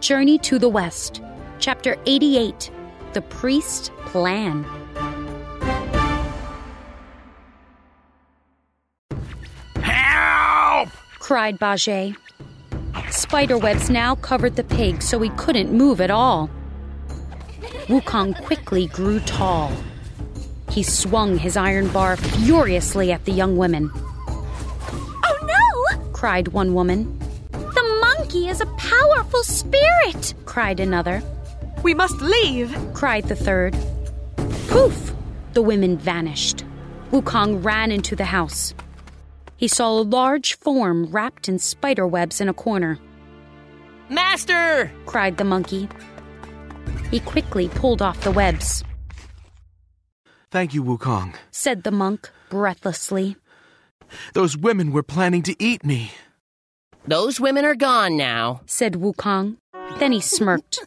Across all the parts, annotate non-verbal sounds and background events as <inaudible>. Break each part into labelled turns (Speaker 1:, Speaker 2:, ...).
Speaker 1: Journey to the West, Chapter 88 The Priest's Plan.
Speaker 2: Help!
Speaker 1: cried Baget. Spiderwebs now covered the pig so he couldn't move at all. Wukong quickly grew tall. He swung his iron bar furiously at the young women.
Speaker 3: Oh no!
Speaker 1: cried one woman.
Speaker 3: The monkey is a powerful spirit!
Speaker 1: cried another.
Speaker 4: We must leave!
Speaker 1: cried the third. Poof! The women vanished. Wukong ran into the house. He saw a large form wrapped in spider webs in a corner.
Speaker 5: Master!
Speaker 1: cried the monkey. He quickly pulled off the webs.
Speaker 6: Thank you, Wukong,
Speaker 1: said the monk breathlessly.
Speaker 6: Those women were planning to eat me.
Speaker 5: Those women are gone now,
Speaker 1: said Wukong. Then he smirked.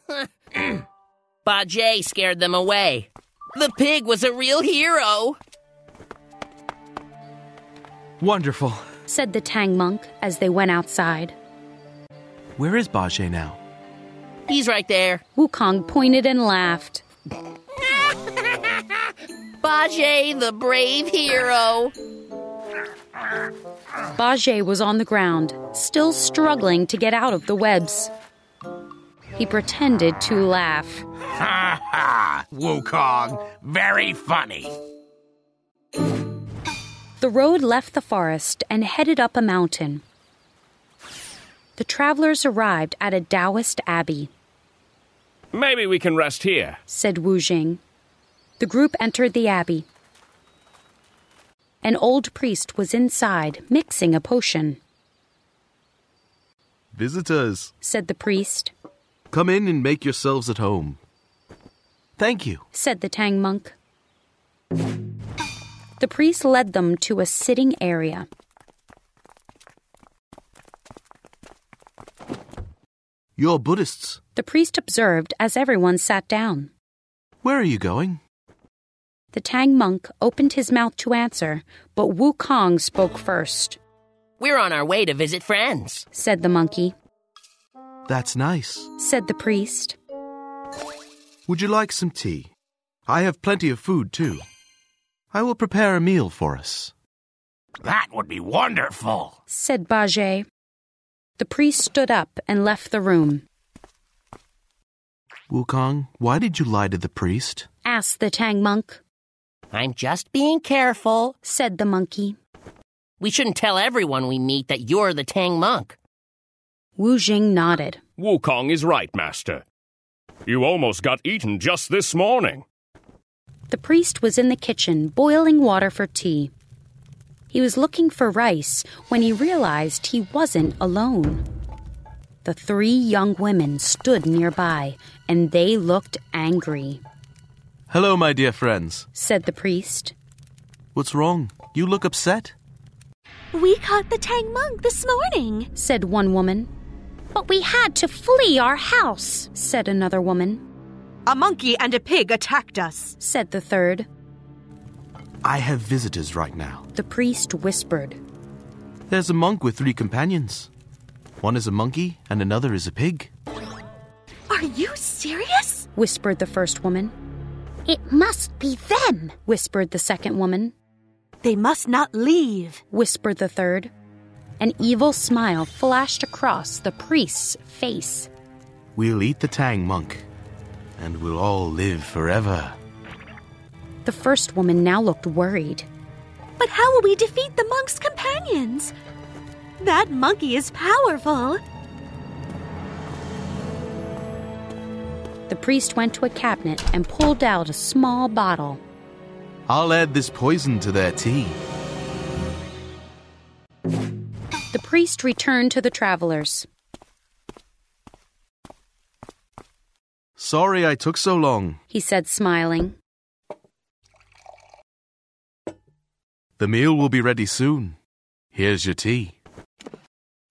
Speaker 5: Bajay scared them away. The pig was a real hero.
Speaker 6: Wonderful,
Speaker 1: said the Tang monk as they went outside.
Speaker 6: Where is Bajay now?
Speaker 5: He's right there.
Speaker 1: Wukong pointed and laughed.
Speaker 5: Bajay, the brave hero.
Speaker 1: Bajay was on the ground, still struggling to get out of the webs. He pretended to laugh.
Speaker 2: Ha ha! <laughs> Wukong, very funny.
Speaker 1: The road left the forest and headed up a mountain. The travelers arrived at a Taoist abbey,
Speaker 7: Maybe we can rest here.
Speaker 1: said Wu Jing. The group entered the abbey. An old priest was inside, mixing a potion,
Speaker 6: Visitors,
Speaker 1: said the priest,
Speaker 6: come in and make yourselves at home. Thank you.
Speaker 1: said the Tang monk. The priest led them to a sitting area.
Speaker 6: You're Buddhists.
Speaker 1: The priest observed as everyone sat down.
Speaker 6: Where are you going?
Speaker 1: The Tang monk opened his mouth to answer, but Wu Kong spoke first,
Speaker 5: We're on our way to visit friends.
Speaker 1: said the monkey,
Speaker 6: That's nice.
Speaker 1: said the priest,
Speaker 6: Would you like some tea? I have plenty of food, too. I will prepare a meal for us.
Speaker 2: That would be wonderful.
Speaker 1: said Bajay. The priest stood up and left the room,
Speaker 6: Wukong, why did you lie to the priest?
Speaker 1: asked the Tang monk,
Speaker 5: I'm just being careful.
Speaker 1: said the monkey.
Speaker 5: We shouldn't tell everyone we meet that you're the Tang monk.
Speaker 1: Wu Jing nodded,
Speaker 7: Wukong is right, Master. You almost got eaten just this morning.
Speaker 1: The priest was in the kitchen boiling water for tea. He was looking for rice when he realized he wasn't alone. The three young women stood nearby and they looked angry,
Speaker 6: Hello, my dear friends.
Speaker 1: said the priest.
Speaker 6: What's wrong? You look upset?
Speaker 3: We caught the Tang monk this morning.
Speaker 1: Said one woman.
Speaker 3: But we had to flee our house.
Speaker 1: Said another woman.
Speaker 4: A monkey and a pig attacked us.
Speaker 1: Said the third.
Speaker 6: I have visitors right now.
Speaker 1: The priest whispered.
Speaker 6: There's a monk with three companions. One is a monkey, and another is a pig.
Speaker 3: Are you serious?
Speaker 1: Whispered the first woman.
Speaker 3: It must be them.
Speaker 1: Whispered the second woman.
Speaker 4: They must not leave.
Speaker 1: Whispered the third. An evil smile flashed across the priest's face.
Speaker 6: We'll eat the Tang monk, and we'll all live forever.
Speaker 1: The first woman now looked worried.
Speaker 3: But how will we defeat the monk's companions? That monkey is powerful.
Speaker 1: The priest went to a cabinet and pulled out a small bottle.
Speaker 6: I'll add this poison to their tea.
Speaker 1: The priest returned to the travelers.
Speaker 6: Sorry I took so long.
Speaker 1: He said, smiling.
Speaker 6: The meal will be ready soon. Here's your tea.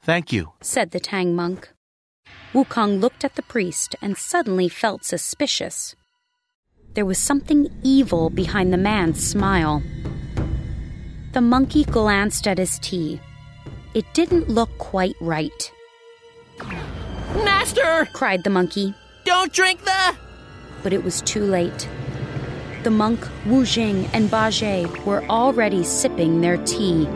Speaker 6: Thank you.
Speaker 1: Said the Tang monk. Wukong looked at the priest and suddenly felt suspicious. There was something evil behind the man's smile. The monkey glanced at his tea. It didn't look quite right.
Speaker 5: Master! water!
Speaker 1: cried the monkey,
Speaker 5: Don't drink the.
Speaker 1: but it was too late. The monk, Wu Jing, and Ba Zhe were already sipping their tea